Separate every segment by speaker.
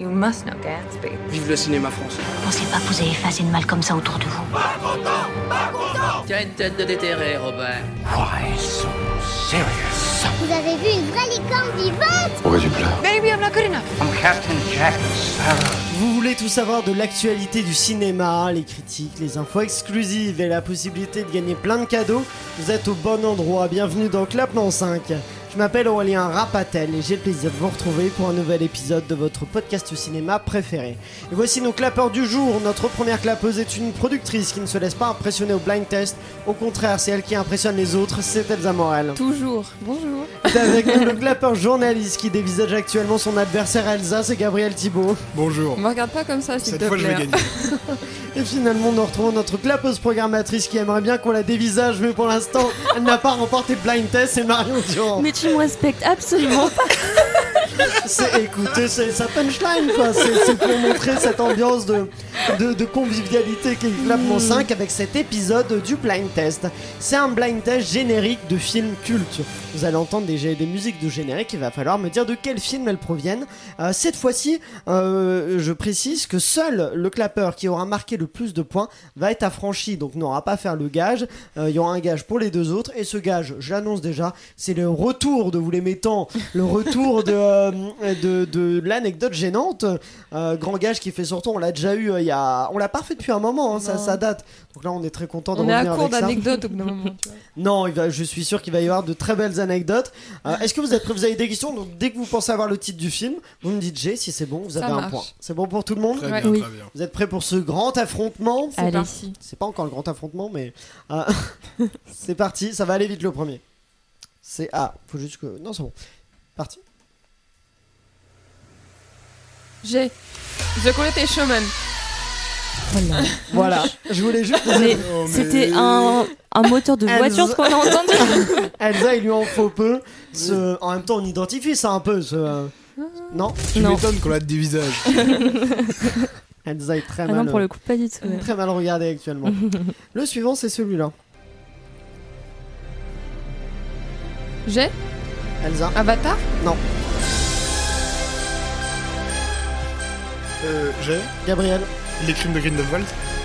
Speaker 1: You must know Gatsby.
Speaker 2: Vive le cinéma français.
Speaker 3: Pensez pas que vous avez effacé de mal comme ça autour de vous.
Speaker 4: Tu as une tête de déterré, Robin.
Speaker 5: Vous avez vu une vraie licorne vivante
Speaker 6: Pourquoi tu pleures
Speaker 1: Maybe I'm not good enough.
Speaker 7: Vous voulez tout savoir de l'actualité du cinéma, les critiques, les infos exclusives et la possibilité de gagner plein de cadeaux Vous êtes au bon endroit, bienvenue dans Clapement 5. Je m'appelle Aurélien Rapatel et j'ai le plaisir de vous retrouver pour un nouvel épisode de votre podcast cinéma préféré. Et voici nos clapeurs du jour. Notre première clapeuse est une productrice qui ne se laisse pas impressionner au blind test. Au contraire, c'est elle qui impressionne les autres, c'est Elsa Morel.
Speaker 8: Toujours. Bonjour.
Speaker 7: Est avec nous le clapeur journaliste qui dévisage actuellement son adversaire Elsa, c'est Gabriel Thibault.
Speaker 9: Bonjour.
Speaker 8: On me regarde pas comme ça, s'il
Speaker 9: Cette
Speaker 8: te
Speaker 9: fois, je vais
Speaker 8: plaît.
Speaker 9: gagner.
Speaker 7: Et finalement, nous retrouvons notre clapeuse programmatrice qui aimerait bien qu'on la dévisage, mais pour l'instant, elle n'a pas remporté blind test, c'est Marion Durand.
Speaker 10: Mais tu me respectes absolument pas.
Speaker 7: C'est écoutez, c'est sa punchline, quoi. C'est c'est pour montrer cette ambiance de, de, de convivialité qui est
Speaker 10: Mm.
Speaker 7: Clapement 5 avec cet épisode du blind test. C'est un blind test générique de film culte. Vous allez entendre des, des musiques de générique, il va falloir me dire de quel film elles proviennent. Euh, cette fois-ci, euh, je précise que seul le clapeur qui aura marqué le plus de points va être affranchi, donc n'aura pas à faire le gage. Euh, Il y aura un gage pour les deux autres, et ce gage, je l'annonce déjà, c'est le retour de vous les mettant, le retour de, euh, de, de l'anecdote gênante. Euh, grand gage qui fait surtout, on l'a déjà eu, euh, il y a... on l'a pas fait depuis un moment, hein, ça,
Speaker 8: Non.
Speaker 7: ça date. Donc là, on est très content de
Speaker 8: On est à
Speaker 7: revenir
Speaker 8: court
Speaker 7: avec ça.
Speaker 8: d'anecdotes au bout d'un moment. tu vois.
Speaker 7: Non, il va- je suis sûr qu'il va y avoir de très belles anecdotes. Euh, Est-ce que vous êtes prêts Vous avez des questions Donc dès que vous pensez avoir le titre du film, vous me dites G, si c'est bon, vous
Speaker 8: Ça
Speaker 7: avez un
Speaker 8: marche.
Speaker 7: point. C'est bon pour tout le monde
Speaker 9: Très
Speaker 8: Ouais.
Speaker 9: bien,
Speaker 10: Oui.
Speaker 9: très bien.
Speaker 7: Vous êtes prêts pour ce grand affrontement
Speaker 8: C'est
Speaker 10: Allez.
Speaker 8: parti.
Speaker 7: C'est pas encore le grand affrontement, mais euh, c'est parti. Ça va aller vite le premier. C'est ah, faut juste que non, c'est bon. Parti.
Speaker 8: J'ai. The Quality Showman.
Speaker 7: Voilà. Je voulais juste.
Speaker 10: Mais
Speaker 9: Oh, mais-
Speaker 10: c'était un, un moteur de
Speaker 7: Elle-
Speaker 10: voiture ce qu'on a entendu.
Speaker 7: Elsa, il lui en faut peu. Ce- En même temps, on identifie ça un peu. Ce... euh, Non,
Speaker 9: Tu
Speaker 10: Ah. Non.
Speaker 9: m'étonnes qu'on la dévisage.
Speaker 7: Elsa est très
Speaker 10: Ah
Speaker 7: mal. euh,
Speaker 10: non, pour le coup, pas du
Speaker 8: Euh,
Speaker 10: tout. ouais.
Speaker 7: Très mal regardé actuellement. le suivant, c'est celui-là.
Speaker 8: J'ai.
Speaker 7: Elsa.
Speaker 8: Avatar.
Speaker 9: Euh, J'ai
Speaker 7: Gabriel.
Speaker 9: les crimes de Grindelwald.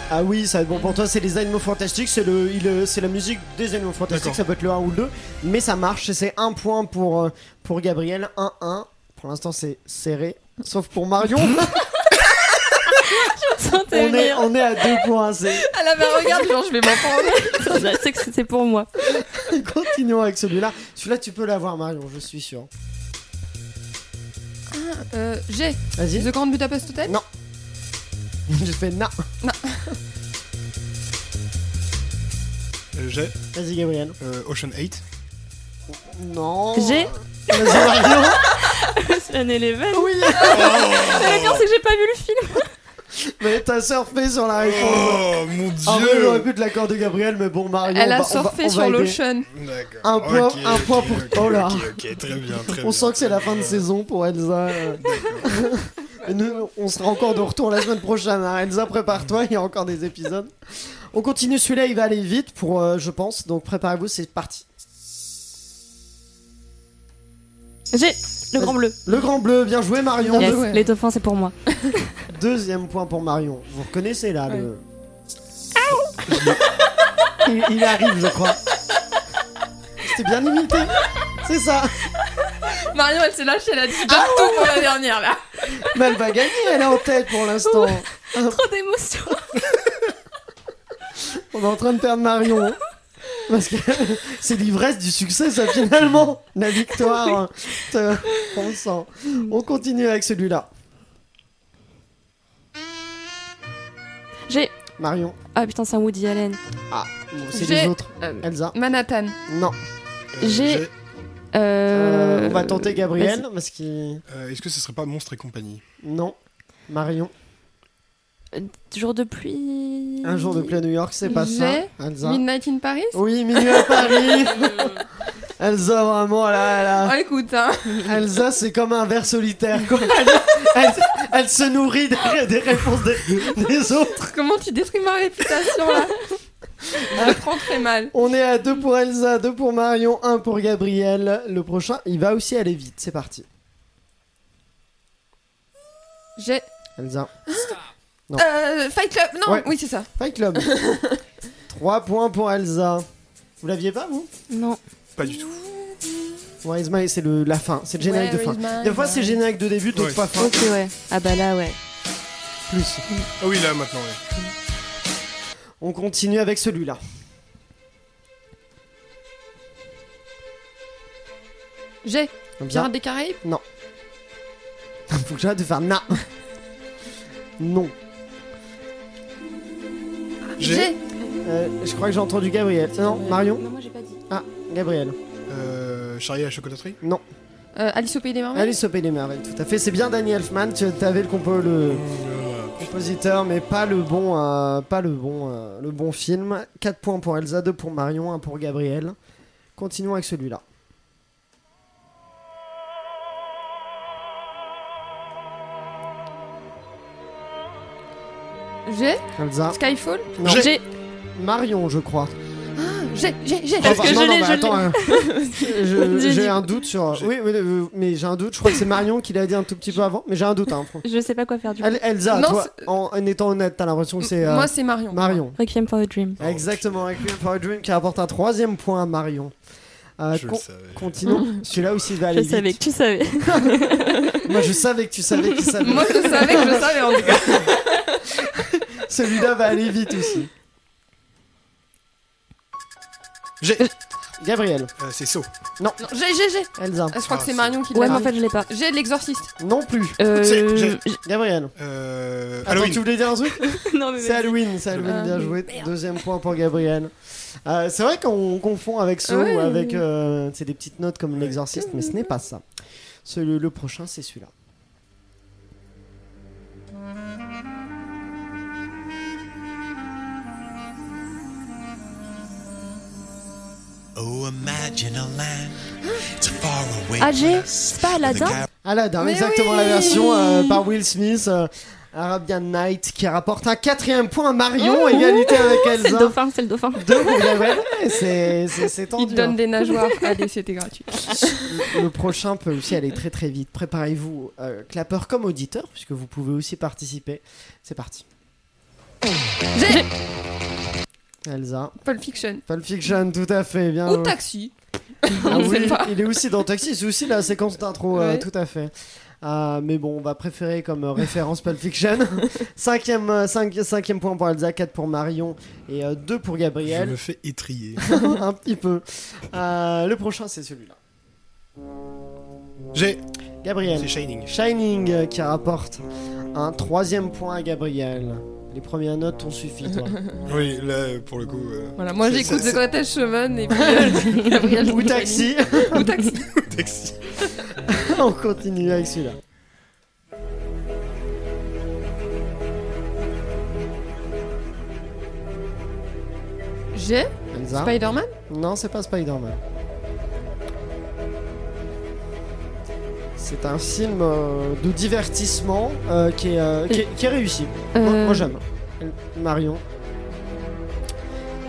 Speaker 7: Ah oui, ça va être bon pour toi, c'est les animaux fantastiques, c'est le, il, euh, c'est la musique des animaux fantastiques,
Speaker 9: D'accord.
Speaker 7: ça peut être le 1 ou le 2, mais ça marche, c'est un point pour, euh, pour Gabriel, 1-1, pour l'instant c'est serré, sauf pour Marion, on,
Speaker 10: Sentais
Speaker 7: est,
Speaker 10: rire.
Speaker 7: on est à 2 points, c'est...
Speaker 8: Elle avait un regard genre je vais m'en prendre.
Speaker 10: Je sais que c'était pour moi.
Speaker 7: continuons avec celui-là, celui-là tu peux l'avoir Marion, je suis sûr.
Speaker 8: Euh, J'ai.
Speaker 7: Vas-y,
Speaker 8: The Grand Budapest Hotel.
Speaker 7: Non. je fais na,
Speaker 9: Euh, J'ai
Speaker 7: vas-y Gabriel.
Speaker 9: euh, Ocean 8.
Speaker 7: Non.
Speaker 10: J'ai.
Speaker 7: Vas-y Marion,
Speaker 10: C'est un Eleven.
Speaker 7: oui, Oh,
Speaker 10: Le pire, c'est que j'ai pas vu le film.
Speaker 7: mais t'as surfé sur la réponse.
Speaker 9: Oh mon
Speaker 7: En vrai, Ah j'aurais
Speaker 9: dieu
Speaker 7: pu de l'accord de Gabriel, mais Ah bon Marion,
Speaker 8: Elle
Speaker 7: on
Speaker 8: a
Speaker 7: va- on va-
Speaker 8: surfé
Speaker 7: on va
Speaker 8: sur
Speaker 7: aider.
Speaker 8: l'ocean.
Speaker 9: D'accord.
Speaker 7: Un point-
Speaker 9: Ok,
Speaker 7: un
Speaker 9: ok,
Speaker 7: point pour-
Speaker 9: ok,
Speaker 7: oh là.
Speaker 9: Ok, ok, très bien, très bien. Euh,
Speaker 7: On sent que c'est la fin de saison pour Elsa. euh. Nous, on sera encore de retour la semaine prochaine. hein. Elsa, prépare-toi, il y a encore des épisodes. On continue celui-là, il va aller vite pour, euh, je pense. Donc préparez-vous, c'est parti.
Speaker 10: J'ai. Le Grand Bleu.
Speaker 7: Le Grand Bleu, bien joué Marion.
Speaker 10: Yes,
Speaker 8: ouais.
Speaker 10: les dauphins, c'est pour moi.
Speaker 7: Deuxième point pour Marion. Vous reconnaissez là le. il, il arrive, je crois. C'est bien imité. C'est ça.
Speaker 8: Marion elle s'est lâchée, elle a dit bah, partout pour la dernière là.
Speaker 7: Mais elle va gagner, elle est en tête pour l'instant.
Speaker 10: Trop d'émotions.
Speaker 7: On est en train de perdre Marion. Parce que c'est l'ivresse du succès, ça, finalement. La victoire. hein. te- On le sent. hein. On continue avec celui-là.
Speaker 10: J'ai.
Speaker 7: Marion.
Speaker 10: Ah putain, c'est un Woody Allen.
Speaker 7: Ah, bon, c'est
Speaker 8: J'ai-
Speaker 7: les autres.
Speaker 8: euh,
Speaker 7: Elsa.
Speaker 8: Manhattan.
Speaker 7: Non.
Speaker 9: Euh,
Speaker 10: J'ai-
Speaker 9: J'ai.
Speaker 10: Euh...
Speaker 7: Euh, on va tenter Gabriel, parce qu'il.
Speaker 9: euh, Est-ce que ce serait pas Monstre et compagnie
Speaker 7: Non. Marion.
Speaker 10: vas-y. Jour de pluie.
Speaker 7: Un jour de pluie à New York, c'est pas ça.
Speaker 8: J'ai
Speaker 7: Elsa.
Speaker 8: Midnight in Paris.
Speaker 7: Oui, minuit à Paris. Elsa, vraiment, là, là.
Speaker 8: Oh écoute hein.
Speaker 7: Elsa, c'est comme un ver solitaire. quoi. Elle, elle- elle se nourrit des, des réponses des, des autres.
Speaker 8: Comment tu détruis ma réputation là Je le prends très mal.
Speaker 7: On est à 2 pour Elsa, 2 pour Marion, 1 pour Gabriel. Le prochain, il va aussi aller vite. C'est parti.
Speaker 8: J'ai.
Speaker 7: Elsa. Non.
Speaker 8: Euh, Fight Club Non,
Speaker 7: Ouais.
Speaker 8: oui, c'est ça.
Speaker 7: Fight Club. 3 points pour Elsa. Vous l'aviez pas, vous
Speaker 10: Non.
Speaker 9: Pas du tout.
Speaker 7: Ouais, Ismaël, c'est le- la fin. C'est le générique de
Speaker 8: Where
Speaker 7: fin.
Speaker 8: is my
Speaker 7: Des fois, c'est
Speaker 8: mind
Speaker 7: générique de début, d'autres
Speaker 9: Ouais.
Speaker 7: fois fin.
Speaker 10: Ok, ouais. Ah bah là, ouais.
Speaker 7: Plus.
Speaker 9: Ah oui, là, maintenant, ouais.
Speaker 7: On continue avec celui-là.
Speaker 8: J'ai.
Speaker 7: Bien.
Speaker 8: Pirates des Caraïbes
Speaker 7: Faut que j'arrête de faire na. non.
Speaker 9: J'ai.
Speaker 7: Euh, je crois que j'ai entendu Gabriel. Non, Marion
Speaker 10: moi j'ai pas dit.
Speaker 7: Ah, Gabriel.
Speaker 9: Euh, Charlie à la chocolaterie
Speaker 8: Euh, Alice au Pays
Speaker 10: Ah
Speaker 8: des Merveilles
Speaker 7: Allez, sauver les merveilles, tout à fait. C'est bien Danny Elfman. Tu avais le, compo- le
Speaker 9: Euh,
Speaker 7: compositeur, mais pas le bon, euh, pas le bon, euh, le bon film. 4 points pour Elsa, 2 pour Marion, 1 pour Gabriel. Continuons avec celui-là.
Speaker 8: J'ai.
Speaker 7: Elsa.
Speaker 8: Skyfall
Speaker 7: Non.
Speaker 9: J'ai-
Speaker 10: J'ai.
Speaker 7: Marion, je crois.
Speaker 8: J'ai, j'ai, j'ai.
Speaker 10: Parce
Speaker 7: Enfin,
Speaker 10: que
Speaker 7: non,
Speaker 10: je
Speaker 7: non,
Speaker 10: l'ai,
Speaker 7: mais
Speaker 10: je
Speaker 7: attends,
Speaker 10: l'ai.
Speaker 7: hein. Je-
Speaker 10: J'ai
Speaker 7: J'ai
Speaker 10: dit-
Speaker 7: un doute sur.
Speaker 9: J'ai-
Speaker 7: Oui, mais, euh, mais j'ai un doute. Je crois que c'est Marion qui l'a dit un tout petit peu avant, mais j'ai un doute. Hein.
Speaker 10: Je sais pas quoi faire du coup.
Speaker 7: El- Elsa,
Speaker 8: Non,
Speaker 7: toi, en, en étant honnête, t'as l'impression que c'est euh,
Speaker 8: Moi, c'est Marion.
Speaker 7: Marion.
Speaker 10: Requiem for a Dream.
Speaker 9: Oh,
Speaker 7: Exactement, avec Requiem for a Dream qui rapporte un troisième point à Marion. Euh,
Speaker 9: Je
Speaker 7: con-
Speaker 9: le savais.
Speaker 7: continuons. Celui-là aussi il va aller
Speaker 10: Je savais que
Speaker 7: vite.
Speaker 10: tu savais.
Speaker 7: Moi, je savais que tu savais qu'il savait.
Speaker 8: Moi, je savais que je savais en tout cas.
Speaker 7: Celui-là va aller vite aussi.
Speaker 9: J'ai.
Speaker 7: Gabriel,
Speaker 9: Euh, c'est saut.
Speaker 8: Non, j'ai, j'ai, j'ai.
Speaker 7: Elsa,
Speaker 8: Ah, Je crois que
Speaker 9: Ah,
Speaker 8: c'est
Speaker 9: c'est-
Speaker 8: Marion qui
Speaker 10: Ouais, mais
Speaker 8: l'a
Speaker 10: en
Speaker 8: dit.
Speaker 10: fait je l'ai pas.
Speaker 8: J'ai de l'exorciste.
Speaker 7: non plus.
Speaker 9: C'est-
Speaker 10: Euh.
Speaker 9: j'ai-
Speaker 7: Gabriel,
Speaker 9: Euh,
Speaker 7: attends, tu
Speaker 9: Halloween.
Speaker 7: voulais dire un truc
Speaker 10: je- Non, mais.
Speaker 7: C'est Halloween, c'est Halloween,
Speaker 8: Euh,
Speaker 7: bien joué. Deuxième point pour Gabriel. Euh, c'est vrai qu'on confond avec ça
Speaker 8: Ouais.
Speaker 7: ou avec euh, c'est des petites notes comme l'exorciste, mais ce n'est pas ça. Celui, le prochain, c'est celui-là.
Speaker 2: Oh, imagine a land it's far away.
Speaker 10: Ah, j'ai. C'est pas Aladdin
Speaker 7: Aladdin,
Speaker 8: Mais
Speaker 7: exactement
Speaker 8: oui.
Speaker 7: la version euh, par Will Smith, euh, Arabian Night, qui rapporte un quatrième point à Marion,
Speaker 8: Oh,
Speaker 7: égalité avec
Speaker 10: C'est le
Speaker 7: Elsa.
Speaker 10: dauphin, c'est le dauphin.
Speaker 7: Deux pour Gabriel. Ouais, c'est- C'est c'est tendu.
Speaker 8: Il te donne
Speaker 7: hein.
Speaker 8: des nageoires. Allez, c'était gratuit.
Speaker 7: Le- Le prochain peut aussi aller très très vite. Préparez-vous, euh, clapeur comme auditeur, puisque vous pouvez aussi participer. C'est parti.
Speaker 8: J'ai
Speaker 7: Elsa,
Speaker 8: Pulp Fiction.
Speaker 7: Pulp Fiction, tout à fait, bien.
Speaker 8: Ou
Speaker 7: joué.
Speaker 8: Taxi.
Speaker 7: Ah
Speaker 8: on
Speaker 7: oui,
Speaker 8: sait pas.
Speaker 7: il est aussi dans Taxi, c'est aussi la séquence d'intro, euh,
Speaker 8: Ouais.
Speaker 7: tout à fait. Euh, mais bon, on va préférer comme euh, référence Pulp Fiction. cinquième, euh, cinqui- cinquième point pour Elsa, 4 pour Marion et 2 pour
Speaker 9: Je
Speaker 7: Gabriel.
Speaker 9: me fais étrier.
Speaker 7: un petit peu. Euh, le prochain, c'est celui-là.
Speaker 9: J'ai.
Speaker 7: Gabriel.
Speaker 9: C'est Shining.
Speaker 7: Shining euh, qui rapporte un troisième point à Gabriel. Les premières notes t'ont suffi, toi.
Speaker 9: Oui, là, pour le coup. euh,
Speaker 8: Voilà, moi
Speaker 9: C'est-
Speaker 8: j'écoute
Speaker 9: c'est-
Speaker 8: The Greatest Showman et puis euh, Gabriel
Speaker 7: Ou taxi.
Speaker 8: Ou Taxi.
Speaker 9: Taxi.
Speaker 7: On continue avec celui-là.
Speaker 8: J'ai
Speaker 7: Elsa.
Speaker 8: Spider-Man
Speaker 7: Non, c'est pas Spider-Man. C'est un film euh, de divertissement euh, qui, est, euh, qui, est- qui est réussi. Moi,
Speaker 10: Euh,
Speaker 7: moi, j'aime. Marion.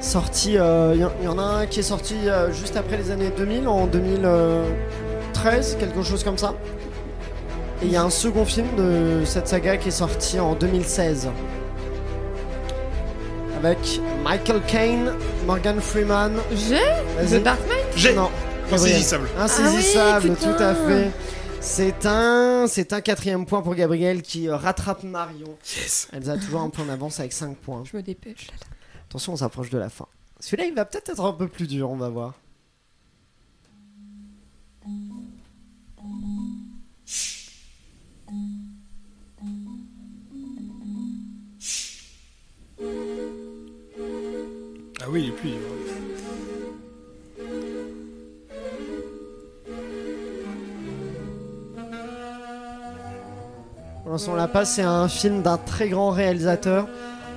Speaker 7: Sorti, il y, en a un qui est sorti euh, juste après les années 2000, en 2013, quelque chose comme ça. Et il y a un second film de cette saga qui est sorti en 2016. Avec Michael Caine, Morgan Freeman.
Speaker 8: J'ai
Speaker 7: vas-y.
Speaker 8: The Dark Knight
Speaker 9: J'ai.
Speaker 7: Non. Gabriel.
Speaker 9: Insaisissable.
Speaker 7: Insaisissable,
Speaker 8: Ah oui, putain.
Speaker 7: tout à fait. C'est un, c'est un quatrième point pour Gabriel qui euh, rattrape Marion.
Speaker 9: Yes.
Speaker 7: Elsa toujours un point d'avance avec 5 points.
Speaker 8: Je me dépêche.
Speaker 7: Attention, on s'approche de la fin. Celui-là, il va peut-être être un peu plus dur, on va voir.
Speaker 9: Ah oui, et puis.
Speaker 7: Pour l'instant, on l'a pas, c'est un film d'un très grand réalisateur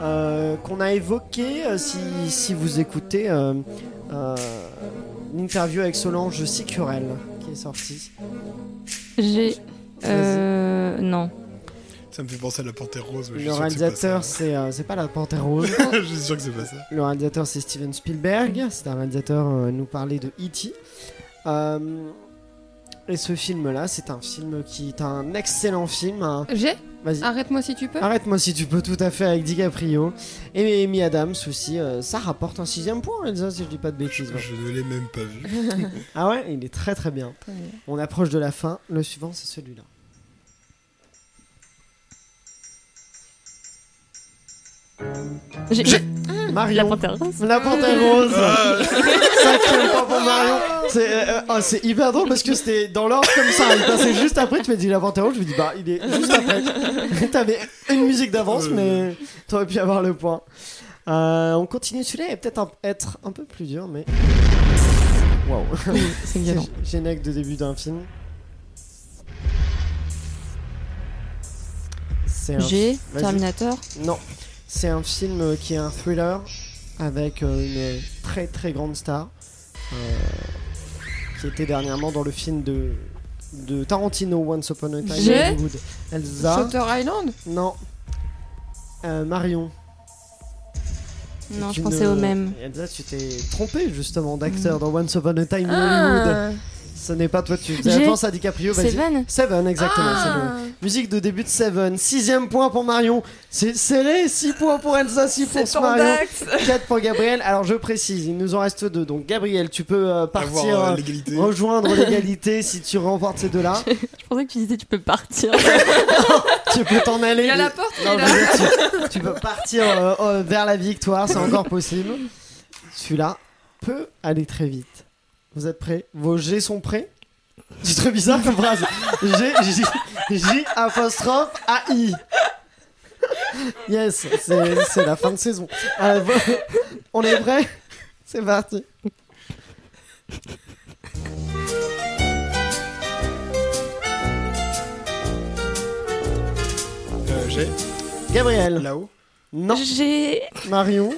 Speaker 7: euh, qu'on a évoqué, euh, si, si vous écoutez, euh, euh, l'interview avec Solange Sicurel qui est sortie.
Speaker 10: J'ai. Euh. Non.
Speaker 9: Ça me fait penser à la Panthère Rose. mais je suis sûr que
Speaker 7: Le
Speaker 9: c'est pas
Speaker 7: réalisateur,
Speaker 9: ça.
Speaker 7: c'est euh, c'est pas la Panthère Rose.
Speaker 9: je suis sûr que c'est pas ça.
Speaker 7: Le réalisateur, c'est Steven Spielberg. C'est un réalisateur, euh, il nous parlait de E.T. Euh, et ce film-là, c'est un film qui est un excellent film. un-
Speaker 8: J'ai
Speaker 7: Vas-y.
Speaker 8: Arrête-moi si tu peux.
Speaker 7: Arrête-moi si tu peux, tout à fait, avec DiCaprio. Et Amy Adams aussi, euh, ça rapporte un sixième point, Elsa, si je dis pas de bêtises. ouais.
Speaker 9: Je ne l'ai même pas vu.
Speaker 7: Ah ouais, il est très très bien. On approche de la fin, le suivant c'est celui-là.
Speaker 10: J'ai- j'ai- La
Speaker 7: Marion.
Speaker 10: panthère rose.
Speaker 7: La panthère rose. Cinquième point pour Marion. C'est euh, euh, oh, c'est hyper drôle parce que c'était dans l'ordre comme ça. Il passait juste après, tu m'as dit la panthère rose, je me dis bah il est juste après. T'avais une musique d'avance, mais t'aurais pu avoir le point. Euh, on continue celui-là, il va peut-être un- être un peu plus dur, mais. Waouh.
Speaker 10: C'est
Speaker 7: C'est
Speaker 10: violent.
Speaker 7: générique de début d'un film. C'est un-
Speaker 10: J'ai
Speaker 7: Vas-y.
Speaker 10: Terminator.
Speaker 7: Non, c'est un film euh, qui est un thriller avec euh, une très très grande star euh, qui était dernièrement dans le film de de Tarantino Once Upon a Time
Speaker 8: J'ai-
Speaker 7: in Hollywood. Elsa.
Speaker 8: Shutter Island
Speaker 7: Non. Euh, Marion.
Speaker 10: Non,
Speaker 7: C'est
Speaker 10: je
Speaker 7: une,
Speaker 10: pensais au
Speaker 7: euh,
Speaker 10: même. Mm.
Speaker 7: Elsa, tu t'es trompée justement d'acteur dans Once Upon a Time in Hollywood.
Speaker 8: Ah.
Speaker 7: Ce n'est pas toi, tu faisais
Speaker 10: J'ai-
Speaker 7: référence à DiCaprio. vas-y.
Speaker 10: Seven
Speaker 7: Seven, exactement.
Speaker 8: Ah.
Speaker 7: Seven. Musique de début de Seven. Sixième point pour Marion. C'est serré. 6 points pour Elsa, 6
Speaker 8: C'est
Speaker 7: pour
Speaker 8: ton
Speaker 7: Marion.
Speaker 8: Dax.
Speaker 7: 4 pour Gabriel. Alors je précise, il nous en reste deux. Donc Gabriel, tu peux euh,
Speaker 9: Avoir
Speaker 7: partir,
Speaker 9: euh,
Speaker 7: euh,
Speaker 9: l'égalité.
Speaker 7: rejoindre l'égalité si tu remportes ces deux-là.
Speaker 10: Je pensais que tu disais tu peux partir.
Speaker 7: tu peux t'en aller.
Speaker 8: Il y a la
Speaker 7: mais-
Speaker 8: porte qui
Speaker 7: Non,
Speaker 8: est là.
Speaker 7: je veux dire, tu, tu peux partir euh, euh, vers la victoire, c'est encore possible. Celui-là peut aller très vite. Vous êtes prêts Vos G sont prêts C'est très bizarre comme phrase. G, J, J apostrophe AI. Yes, c'est c'est la fin de saison. Euh, vo- on est prêts C'est parti.
Speaker 9: Euh, J'ai
Speaker 7: Gabriel.
Speaker 9: là-haut.
Speaker 7: Non. Euh,
Speaker 10: J'ai.
Speaker 7: Marion.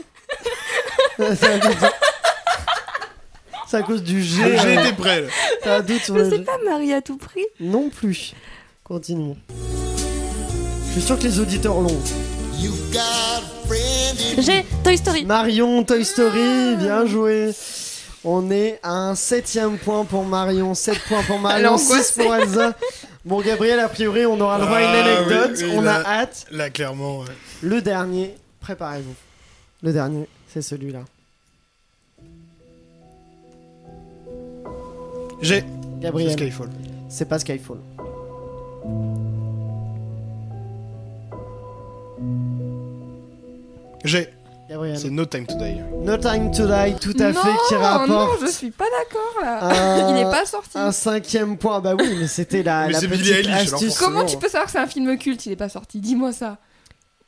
Speaker 7: C'est à cause du- c'est à cause du G.
Speaker 9: J'ai
Speaker 7: euh,
Speaker 9: été prêt. là.
Speaker 7: T'as un doute sur
Speaker 10: Je
Speaker 7: le
Speaker 10: sais
Speaker 7: G.
Speaker 10: pas, Marie à tout prix.
Speaker 7: Non plus. Continuons. Je suis sûr que les auditeurs l'ont.
Speaker 2: You've got a friend in
Speaker 10: J'ai Toy Story.
Speaker 7: Marion, Toy
Speaker 10: Ah.
Speaker 7: Story, bien joué. On est à un septième point pour Marion, 7 points pour Marion,
Speaker 8: Alors, quoi,
Speaker 7: 6 pour Elsa. Bon, Gabriel, a priori, on aura le droit à une
Speaker 9: Ah,
Speaker 7: anecdote.
Speaker 9: oui, oui,
Speaker 7: on a
Speaker 9: là.
Speaker 7: hâte.
Speaker 9: Là, clairement. euh, ouais.
Speaker 7: Le dernier, préparez-vous. Le dernier, c'est celui-là.
Speaker 9: J'ai. C'est
Speaker 7: Gabriel,
Speaker 9: Skyfall.
Speaker 7: c'est pas Skyfall.
Speaker 9: J'ai.
Speaker 7: Gabriel,
Speaker 9: C'est No Time to Die.
Speaker 7: No Time to Die, tout à
Speaker 8: non,
Speaker 7: fait, qui rapporte.
Speaker 8: Oh Non, je suis pas d'accord là.
Speaker 7: Euh,
Speaker 8: Il n'est pas sorti.
Speaker 7: Un cinquième point, bah oui, mais c'était la,
Speaker 9: Mais
Speaker 7: la
Speaker 9: c'est
Speaker 7: petite
Speaker 9: Billie Eilish, alors
Speaker 7: astuce.
Speaker 9: forcément.
Speaker 8: Comment tu peux savoir que c'est un film culte Il n'est pas sorti. Dis-moi ça.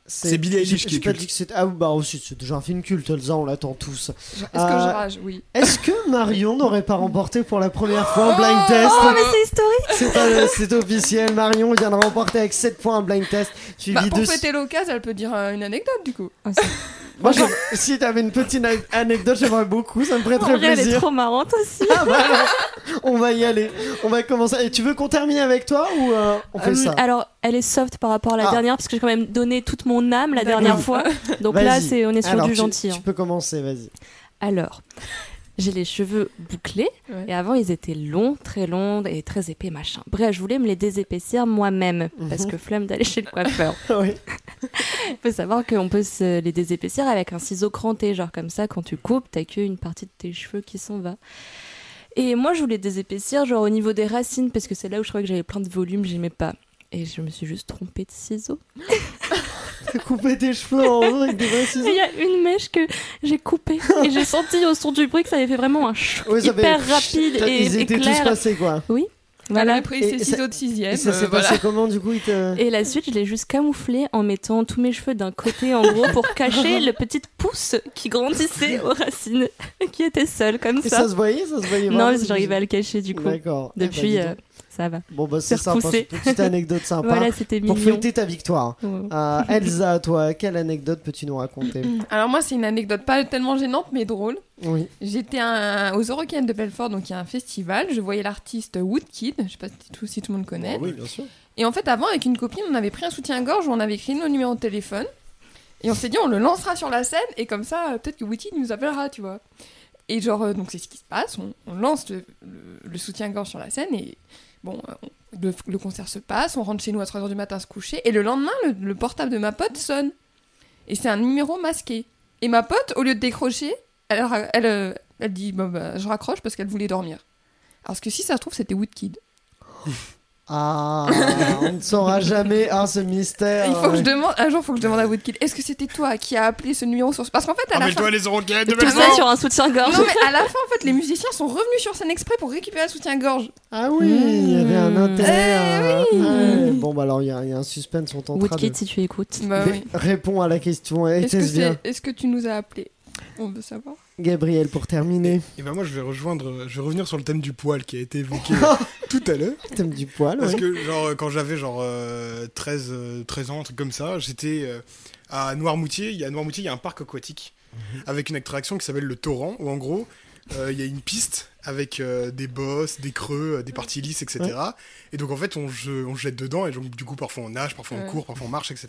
Speaker 9: C'est Billie Eilish
Speaker 7: j'ai-
Speaker 9: qui
Speaker 7: j'ai
Speaker 9: est
Speaker 7: pas
Speaker 9: culte.
Speaker 7: dit que c'était- Ah bah aussi, c'est déjà un film culte, Elsa, on l'attend tous.
Speaker 8: Est-ce que ah,
Speaker 7: Euh,
Speaker 8: je rage Oui.
Speaker 7: Est-ce que Marion n'aurait pas remporté pour la première fois un blind test
Speaker 10: Oh, mais c'est historique.
Speaker 7: C'est pas- euh, C'est officiel, Marion vient de remporter avec 7 points un blind test,
Speaker 8: Bah,
Speaker 7: suivi
Speaker 8: pour
Speaker 7: de...
Speaker 8: fêter l'occasion, elle peut dire euh, une anecdote du coup.
Speaker 7: Moi, je- si t'avais une petite ane- anecdote, j'aimerais beaucoup, ça me ferait
Speaker 10: En
Speaker 7: très
Speaker 10: vrai, elle est
Speaker 7: plaisir.
Speaker 10: trop marrante aussi.
Speaker 7: Ah, bah, alors, on va y aller, on va commencer. Et tu veux qu'on termine avec toi ou euh, on fait
Speaker 10: Hum,
Speaker 7: ça
Speaker 10: Alors, elle est soft par rapport à la
Speaker 7: Ah.
Speaker 10: dernière, parce que j'ai quand même donné toute mon âme la
Speaker 8: D'accord.
Speaker 10: dernière fois. Donc là,
Speaker 7: Vas-y.
Speaker 10: c'est on est sur
Speaker 7: Alors,
Speaker 10: du
Speaker 7: tu-
Speaker 10: gentil.
Speaker 7: Tu
Speaker 10: hein.
Speaker 7: peux commencer, vas-y.
Speaker 10: Alors, j'ai les cheveux bouclés,
Speaker 8: Ouais.
Speaker 10: et avant, ils étaient longs, très longs et très épais, machin. Bref, je voulais me les désépaissir moi-même, parce
Speaker 7: Mhm.
Speaker 10: que flemme d'aller chez le coiffeur.
Speaker 7: Oui.
Speaker 10: Il faut savoir qu'on peut se les désépaissir avec un ciseau cranté, genre comme ça, quand tu coupes, t'as qu'une partie de tes cheveux qui s'en va. Et moi, je voulais désépaissir, genre au niveau des racines, parce que c'est là où je trouvais que j'avais plein de volume, j'aimais pas. Et je me suis juste trompée de ciseau.
Speaker 7: T'as coupé tes cheveux en haut avec des vrais
Speaker 10: Et Il
Speaker 7: ciseaux.
Speaker 10: y a une mèche que j'ai coupée et j'ai senti au son du bruit que ça avait fait vraiment un chou
Speaker 7: Ouais, ça
Speaker 10: hyper
Speaker 7: fait-
Speaker 10: rapide
Speaker 7: T'as-
Speaker 10: et,
Speaker 7: Ils
Speaker 10: et
Speaker 7: étaient tous
Speaker 10: clair. bah,
Speaker 7: passés quoi.
Speaker 10: Voilà.
Speaker 8: Elle a pris
Speaker 7: Et
Speaker 8: ses
Speaker 7: ça-
Speaker 8: ciseaux de sixième.
Speaker 7: Et ça s'est
Speaker 8: euh, voilà.
Speaker 7: passé comment du coup ils te-
Speaker 10: Et la suite, je l'ai juste camouflée en mettant tous mes cheveux d'un côté, en gros, pour cacher le petit pouce qui grandissait aux racines, qui était seul comme
Speaker 7: Et
Speaker 10: ça.
Speaker 7: ça se voyait, ça se voyait.
Speaker 10: Non, parce que j'arrivais à le cacher du coup.
Speaker 7: D'accord. Eh
Speaker 10: Depuis,
Speaker 7: ben, dis
Speaker 10: euh,
Speaker 7: donc.
Speaker 10: ça va.
Speaker 7: Bon bah c'est
Speaker 10: c'est
Speaker 7: sympa,
Speaker 10: repoussé.
Speaker 7: c'est une petite anecdote sympa.
Speaker 10: Voilà, c'était mignon.
Speaker 7: Pour fêter ta victoire.
Speaker 9: Ah,
Speaker 10: Ouais.
Speaker 7: Euh, Elsa, toi, quelle anecdote peux-tu nous raconter
Speaker 8: Alors moi, c'est une anecdote pas tellement gênante, mais drôle.
Speaker 7: Oui.
Speaker 8: J'étais un- aux Eurocaines de Belfort, donc il y a un festival. Je voyais l'artiste Woodkid, je sais pas si tout, si tout le monde connaît.
Speaker 7: Ah oui, bien sûr.
Speaker 8: Et en fait, avant, avec une copine, on avait pris un soutien-gorge où on avait écrit nos numéros de téléphone. Et on s'est dit, on le lancera sur la scène, et comme ça, euh, peut-être que Woodkid nous appellera, tu vois. Et genre, euh, donc c'est ce qui se passe, on, on lance le, le- le soutien-gorge sur la scène, et Bon, euh, on- le, le concert se passe, on rentre chez nous à 3h du matin se coucher, et le lendemain, le, le portable de ma pote sonne. Et c'est un numéro masqué. Et ma pote, au lieu de décrocher, elle, ra- elle, euh, elle dit Bon, bah, je raccroche parce qu'elle voulait dormir. Alors que si ça se trouve, c'était Woodkid.
Speaker 7: Ah, on ne saura jamais hein, ce mystère.
Speaker 8: Il faut que je demande, un jour, il faut que je demande à Woodkid est-ce que c'était toi qui a appelé ce numéro sur. Parce qu'en fait, à
Speaker 9: Ah,
Speaker 8: la
Speaker 9: mais
Speaker 8: fin.
Speaker 9: toi, les oreillettes de
Speaker 10: Tout ça
Speaker 8: non.
Speaker 10: sur un soutien-gorge.
Speaker 8: Non, mais à la fin, en fait, les musiciens sont revenus sur scène exprès pour récupérer le soutien-gorge.
Speaker 7: Ah oui, il y avait un
Speaker 10: Mmh.
Speaker 7: intérêt. hein.
Speaker 8: Hmm. Eh oui.
Speaker 7: Ouais, Bon, bah alors il y, a il y a un suspense, on tentera
Speaker 10: Woodkid,
Speaker 7: de...
Speaker 10: si tu écoutes.
Speaker 9: Mmh.
Speaker 8: Bah
Speaker 7: Mais
Speaker 8: oui.
Speaker 7: Réponds à la question, et
Speaker 8: Est-ce que,
Speaker 7: t'es bien.
Speaker 8: c'est- est-ce que tu nous as appelé On veut savoir.
Speaker 7: Gabriel, pour terminer,
Speaker 9: Et ben moi, je vais rejoindre, euh, je vais revenir sur le thème du poil qui a été évoqué tout à l'heure.
Speaker 7: thème du poil,
Speaker 9: Parce
Speaker 7: ouais.
Speaker 9: que, genre, euh, quand j'avais genre euh, 13, euh, 13 ans, un truc comme ça, j'étais euh, à Noirmoutier. Il y a à Noirmoutier, il y a un parc aquatique avec une attraction qui s'appelle le Torrent, où en gros, euh, il y a une piste avec euh, des bosses, des creux, euh, des parties lisses, etc. Et donc, en fait, on, je- on se jette dedans, et donc, du coup, parfois on nage, parfois
Speaker 8: Ouais.
Speaker 9: on court, parfois on marche, etc.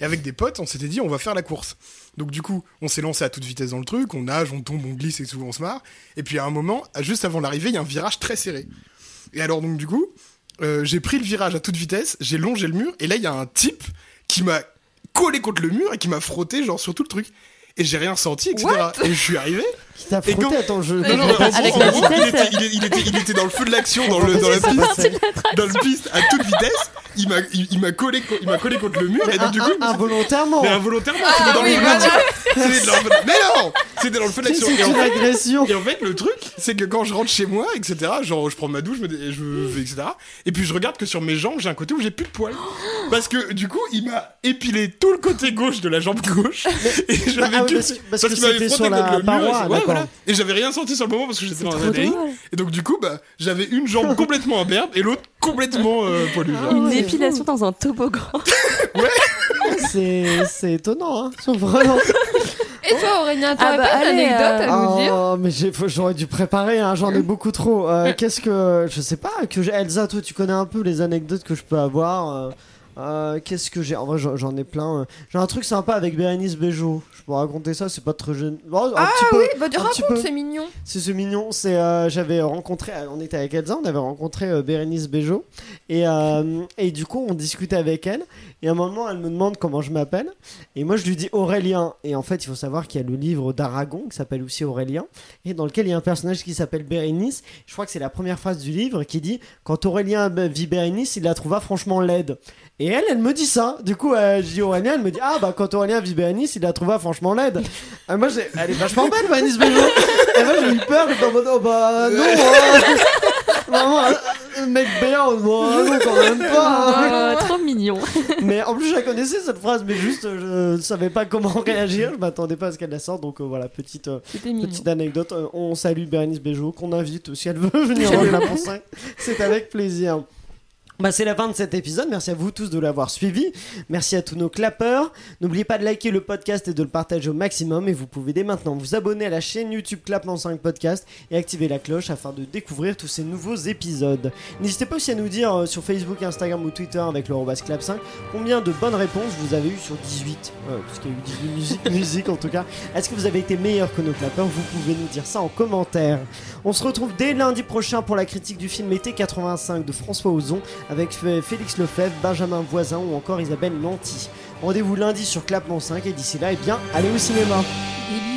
Speaker 9: Et avec des potes, on s'était dit, on va faire la course. Donc, du coup, on s'est lancé à toute vitesse dans le truc, on nage, on tombe, on glisse, et souvent on se marre. Et puis, à un moment, juste avant l'arrivée, il y a un virage très serré. Et alors, donc, du coup, euh, j'ai pris le virage à toute vitesse, j'ai longé le mur, et là, il y a un type qui m'a collé contre le mur et qui m'a frotté, genre, sur tout le truc. Et j'ai rien senti, etc.
Speaker 8: What
Speaker 9: et je suis arrivé.
Speaker 7: Qui t'a
Speaker 9: Et quand-
Speaker 7: frotté, attends, je...
Speaker 9: Non, non,
Speaker 7: je-
Speaker 9: en gros,
Speaker 10: Avec
Speaker 9: en
Speaker 10: la
Speaker 9: gros, il
Speaker 10: vitesse.
Speaker 9: était, il, est- il était, il était dans le feu de l'action, dans, le, dans, la
Speaker 7: C'est
Speaker 9: piste,
Speaker 7: pas ça.
Speaker 9: dans le piste, à toute vitesse. Il m'a, il, il m'a collé, co- il m'a collé contre le mur, et donc, du coup,
Speaker 7: Ah, Involontairement
Speaker 9: mais involontairement, c'était dans le
Speaker 8: oui,
Speaker 9: feu de
Speaker 8: voilà.
Speaker 9: l'action. C'était dans le feu de- Mais non C'était dans le feu de
Speaker 7: Qu'est-ce
Speaker 9: l'action.
Speaker 7: que
Speaker 9: Et en
Speaker 7: c'est une
Speaker 9: fait,
Speaker 7: agression
Speaker 9: et en fait, le truc, c'est que quand je rentre chez moi, etc., genre je prends ma douche, je me dé- je vais, etc., et puis je regarde que sur mes jambes, j'ai un côté où j'ai plus de poils. Parce que du coup, il m'a épilé tout le côté gauche de la jambe gauche. Et
Speaker 7: Bah,
Speaker 9: j'avais
Speaker 7: ah oui,
Speaker 9: que-
Speaker 7: parce que- parce que
Speaker 9: qu'il m'avait
Speaker 7: c'était
Speaker 9: frotté
Speaker 7: sur la
Speaker 9: contre le mur, et
Speaker 7: paroi,
Speaker 9: c'est- ouais,
Speaker 7: d'accord.
Speaker 9: voilà. Et j'avais rien senti sur le moment parce que j'étais dans un ADN. Et donc, du coup, bah, j'avais une jambe complètement imberbe et l'autre complètement euh, poilue. genre.
Speaker 10: Une
Speaker 7: ouais.
Speaker 10: épilation dans un toboggan.
Speaker 7: C'est c'est étonnant, hein C'est Vraiment
Speaker 8: Et toi, Aurélien, t'as
Speaker 10: Ah bah,
Speaker 8: pas une
Speaker 10: allez,
Speaker 8: anecdote à nous dire
Speaker 7: Oh, mais j'ai- faut- j'aurais dû préparer, hein, j'en ai beaucoup trop. Euh, Qu'est-ce que. Je sais pas, que j'ai- Elsa, toi, tu connais un peu les anecdotes que je peux avoir. euh, euh, Qu'est-ce que j'ai En vrai, j'en j'en ai plein. euh. J'ai un truc sympa avec Bérénice Bejo. Je peux raconter ça, c'est pas très gênant. Bon, un
Speaker 8: Ah
Speaker 7: petit peu.
Speaker 8: oui, bah tu
Speaker 7: un petit
Speaker 8: racontes,
Speaker 7: peu.
Speaker 8: c'est mignon.
Speaker 7: C'est ce mignon. C'est euh, j'avais rencontré, on était avec Elsa, on avait rencontré euh, Bérénice Bejo et euh, et du coup on discutait avec elle et à un moment elle me demande comment je m'appelle et moi je lui dis Aurélien et en fait il faut savoir qu'il y a le livre d'Aragon qui s'appelle aussi Aurélien et dans lequel il y a un personnage qui s'appelle Bérénice. Je crois que c'est la première phrase du livre qui dit quand Aurélien euh, vit Bérénice il la trouva franchement laide et elle elle me dit ça. Du coup euh, je dis Aurélien elle me dit ah bah quand Aurélien vit Bérénice il la trouva franchement laide. Ah, moi j'ai- elle est vachement belle Bérénice Bejo. Et moi j'ai eu peur, j'étais en mode oh bah non hein. Vraiment un- un mec béant, moi non quand même pas hein.
Speaker 10: Ah, trop mignon.
Speaker 7: Mais en plus je la connaissais cette phrase, mais juste euh, je savais pas comment réagir, je m'attendais pas à ce qu'elle la sorte, donc euh, voilà, petite, euh,
Speaker 8: C'était mignon.
Speaker 7: petite anecdote, Euh, on salue Bérénice Bejo, qu'on invite euh, si elle veut venir en la pensée, c'est avec plaisir. Bah, c'est la fin de cet épisode. Merci à vous tous de l'avoir suivi. Merci à tous nos clappeurs. N'oubliez pas de liker le podcast et de le partager au maximum. Et vous pouvez dès maintenant vous abonner à la chaîne YouTube Clapement 5 Podcast et activer la cloche afin de découvrir tous ces nouveaux épisodes. N'hésitez pas aussi à nous dire euh, sur Facebook, Instagram ou Twitter avec le arobase clap 5 combien de bonnes réponses vous avez eu sur 18. euh, parce qu'il y a eu 18 musiques, musique en tout cas. Est-ce que vous avez été meilleur que nos clappeurs Vous pouvez nous dire ça en commentaire. On se retrouve dès lundi prochain pour la critique du film Été 85 de François Ozon avec F- Félix Lefebvre, Benjamin Voisin ou encore Isabelle Nanty. Rendez-vous lundi sur Clapement 5 et d'ici là, eh bien, allez au cinéma
Speaker 8: Des bisous.